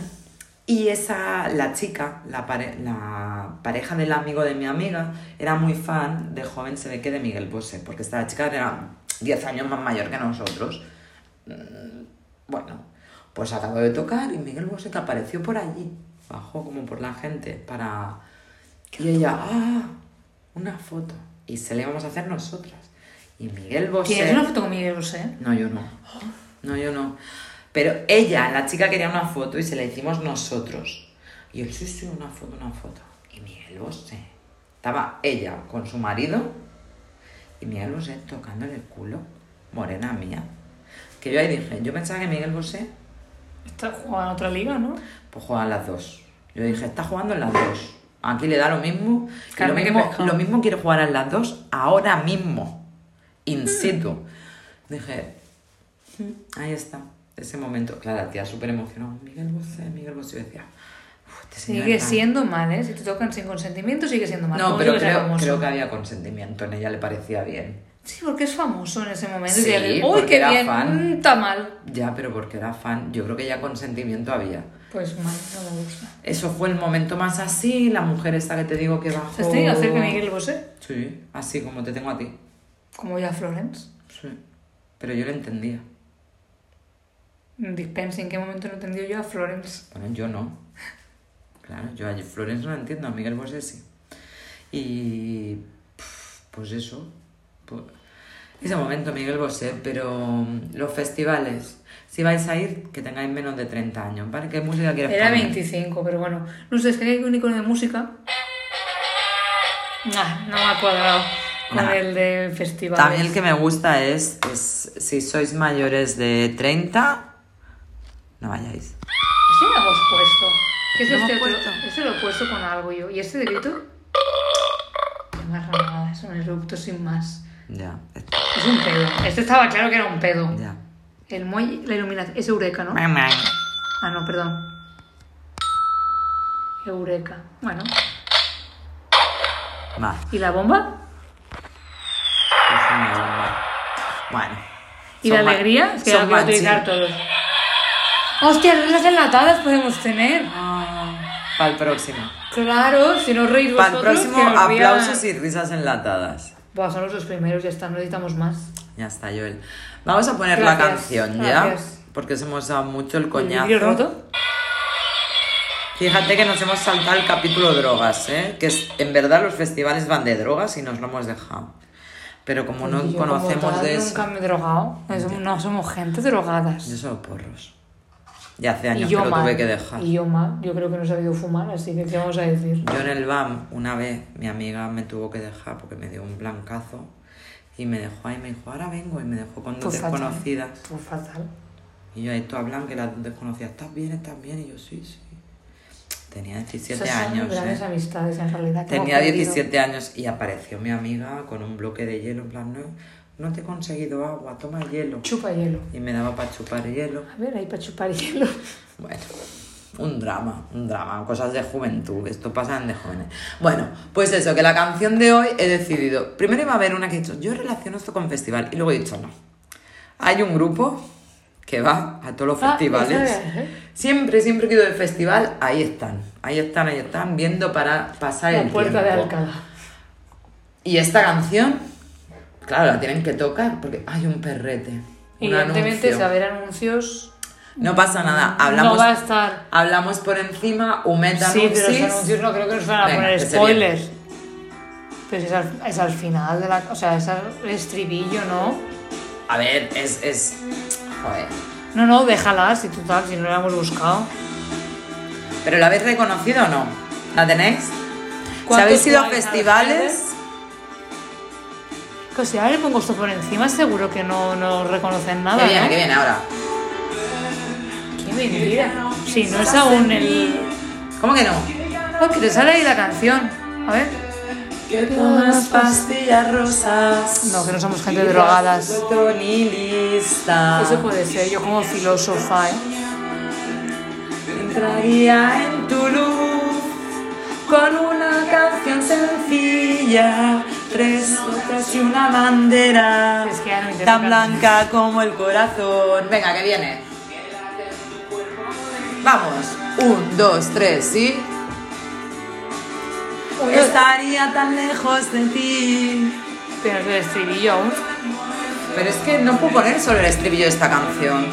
Y esa, la chica, la, pare- la pareja del amigo de mi amiga, era muy fan de joven se ve que de Miguel Bosé, porque esta chica era 10 años más mayor que nosotros. Mm, Bueno, pues acabó de tocar y Miguel Bosé que apareció por allí, bajó como por la gente para... Y ella, ah, una foto. Y se la íbamos a hacer nosotras. Y Miguel Bosé... ¿Tienes una foto con Miguel Bosé? eh. No, yo no. No, yo no. Pero ella, la chica quería una foto y se la hicimos nosotros. Y él, sí, sí, una foto, una foto. Y Miguel Bosé. Estaba ella con su marido y Miguel Bosé tocándole el culo. Morena mía. Que yo ahí dije, yo pensaba que Miguel Bosé Está jugando en otra liga, ¿no? pues juega en las dos. Yo dije, está jugando en las dos. Aquí le da lo mismo. y Carne lo que mismo, pescado. lo mismo quiere jugar en las dos ahora mismo. In situ. Dije, "Mm, ahí está. Ese momento. Claro, la tía súper emocionada. Miguel Bosé, Miguel Bosé. Yo decía, "Uf, este señor Sigue era-". siendo mal, ¿eh? Si te tocan sin consentimiento, sigue siendo mal. No, Como pero digo que sea creo, famoso. creo que había consentimiento. En ella le parecía bien. Sí, porque es famoso en ese momento. Sí, y dices, uy, porque qué era bien, fan. mm, está mal. Ya, pero porque era fan. Yo creo que ya consentimiento había. Pues mal, no me gusta. Eso fue el momento más así. La mujer esta que te digo que bajó. ¿Te has tenido cerca de Miguel Bosé? Sí, así como te tengo a ti. Como ya Florence. Sí, pero yo lo entendía. Mm, Dispense, ¿en qué momento no he entendido yo a Florence? Bueno, yo no. Claro, yo a Florence no la entiendo, a Miguel Bosé sí. Y pf, pues eso. pu- Ese momento, Miguel Bosé, pero mm, los festivales, si vais a ir, que tengáis menos de 30 años, ¿vale? ¿Qué música quieres Era poner? 25, pero bueno. No sé, es que hay un icono de música. Nah, no me ha cuadrado con Nah. el de festival. También el que me gusta es, es si sois mayores de 30, no vayáis. Ese lo hemos puesto. ¿Qué es ¿Lo este hemos otro? puesto? Ese lo he puesto con algo yo. ¿Y este de grito? Qué marranada, es un eructo sin más. Ya, es- Es un pedo. Este estaba claro que era un pedo. ya. El muelle, la iluminación. Es Eureka, ¿no? Ah, no, perdón. Eureka. Bueno. Va, ¿Y la bomba? es una bomba. Bueno. ¿Y son la ma- alegría? Es que son la quiero manchi- utilizar todos. ¡Hostia, las enlatadas podemos tener! Ah, Para el próximo. Claro, si no reís Para el vosotros... próximo, que nos rían. aplausos y risas enlatadas. Buah, son los dos primeros, ya está, no necesitamos más. Ya está, Joel. Vamos a poner la Gracias, canción, gracias. ¿ya? Porque se hemos dado mucho el ¿El coñazo. vidrio roto? Fíjate que nos hemos saltado el capítulo drogas, ¿eh? Que es- en verdad los festivales van de drogas y nos lo hemos dejado. Pero como no Y yo, como conocemos tal, de eso... nunca me he drogado. No somos, no somos gente drogadas. Yo solo porros. Y hace Y años yo que lo mal. tuve que dejar. Y yo mal. Yo creo que no he sabido fumar, así que ¿qué vamos a decir? Yo en el BAM, una vez, mi amiga me tuvo que dejar porque me dio un blancazo. Y me dejó ahí, me dijo, ahora vengo. Y me dejó con dos Pues fatal. desconocidas. Pues fatal. Y yo, esto hablan que las desconocidas, ¿estás bien? ¿Estás bien? Y yo, sí, sí. Tenía 17 Esas son años. grandes ¿eh? amistades, en realidad. que Tenía hemos perdido. 17 años y apareció mi amiga con un bloque de hielo. En plan, no, no te he conseguido agua, toma hielo. Chupa hielo. Y me daba para chupar hielo. A ver, ahí para chupar hielo. Bueno, un drama, un drama, cosas de juventud, esto pasa de jóvenes. Bueno, pues eso, que la canción de hoy he decidido. Primero iba a haber una que he dicho, yo relaciono esto con festival, y luego he dicho, no. Hay un grupo que va a todos los Ah, festivales. esa es, ¿eh? Siempre, siempre que he ido de festival, ahí están, ahí están, ahí están, viendo para pasar La el puerta de tiempo. Alcalá. Y esta canción, claro, la tienen que tocar porque hay un perrete. un Evidentemente, anuncio. saber anuncios No pasa nada, hablamos no va a estar. Hablamos por encima, humeta Sí, pero los anuncios no creo que nos van a Venga, poner que se spoilers. Pero es al, es al final de la. O sea, es al estribillo, ¿no? A ver, es, es. Joder. No, no, déjala, si total, si no la hemos buscado. ¿Pero la habéis reconocido o no? ¿La tenéis? Si ¿Cuántos habéis ido a likes a festivales, Pues si ahora le pongo esto por encima, seguro que no, no reconocen que nada. viene, ¿no? que viene ahora. Qué mentira. Si no es aún el. ¿Cómo que no? Oh, que te sale ahí la canción. A ver. Que tomas pastillas rosas. No, que no somos gente drogadas. Tonilista. Eso puede ser, yo como filósofa, ¿eh? Entraría en tu luz con una canción sencilla, tres otras y una bandera Es que ya no intento tan cantar. blanca como el corazón. Venga, que viene. Vamos, un, dos, tres, y estaría tan lejos de ti. Pero es el estribillo aún. Pero es que no puedo poner solo el estribillo de esta canción.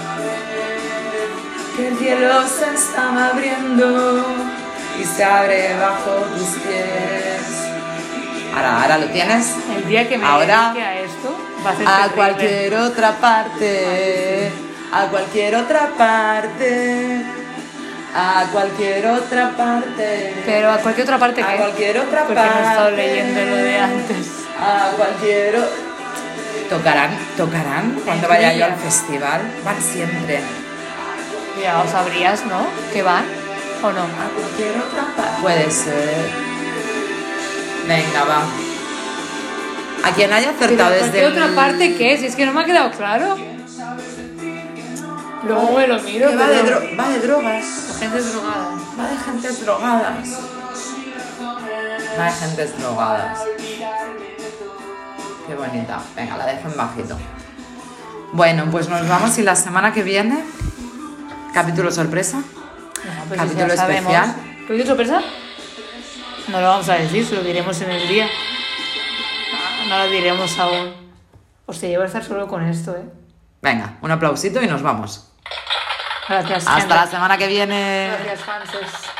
Que el cielo se está abriendo y se abre bajo tus pies. Ahora, ahora lo tienes. El día que me Ahora- dedique a esto, va a ser A terrible. cualquier otra parte, a cualquier otra parte, a cualquier otra parte. Pero a cualquier otra parte que. A cualquier otra Porque parte. no he estado leyendo lo de antes. A cualquier o- Tocarán, tocarán cuando vaya yo al festival. Van siempre. Ya os sabrías, ¿no? Que van o no. A cualquier otra parte. Puede ser. Venga, va. A quien haya Pero acertado ¿por desde. qué otra el- parte qué es? Es que no me ha quedado claro. Luego me lo Que miro. va, de pero- dro- va de drogas. Gente drogada. Va de gentes drogadas. Va de gentes drogadas. Qué bonita. Venga, la dejo en bajito. Bueno, pues nos vamos y la semana que viene. Capítulo sorpresa. No, pues Capítulo ya sabemos. especial. ¿Capítulo sorpresa? No lo vamos a decir, se lo diremos en el día. No, no lo diremos aún. Hostia, yo voy a estar solo con esto, ¿eh? Venga, un aplausito y nos vamos. Gracias. Hasta la Henry. semana que viene. Gracias, Frances.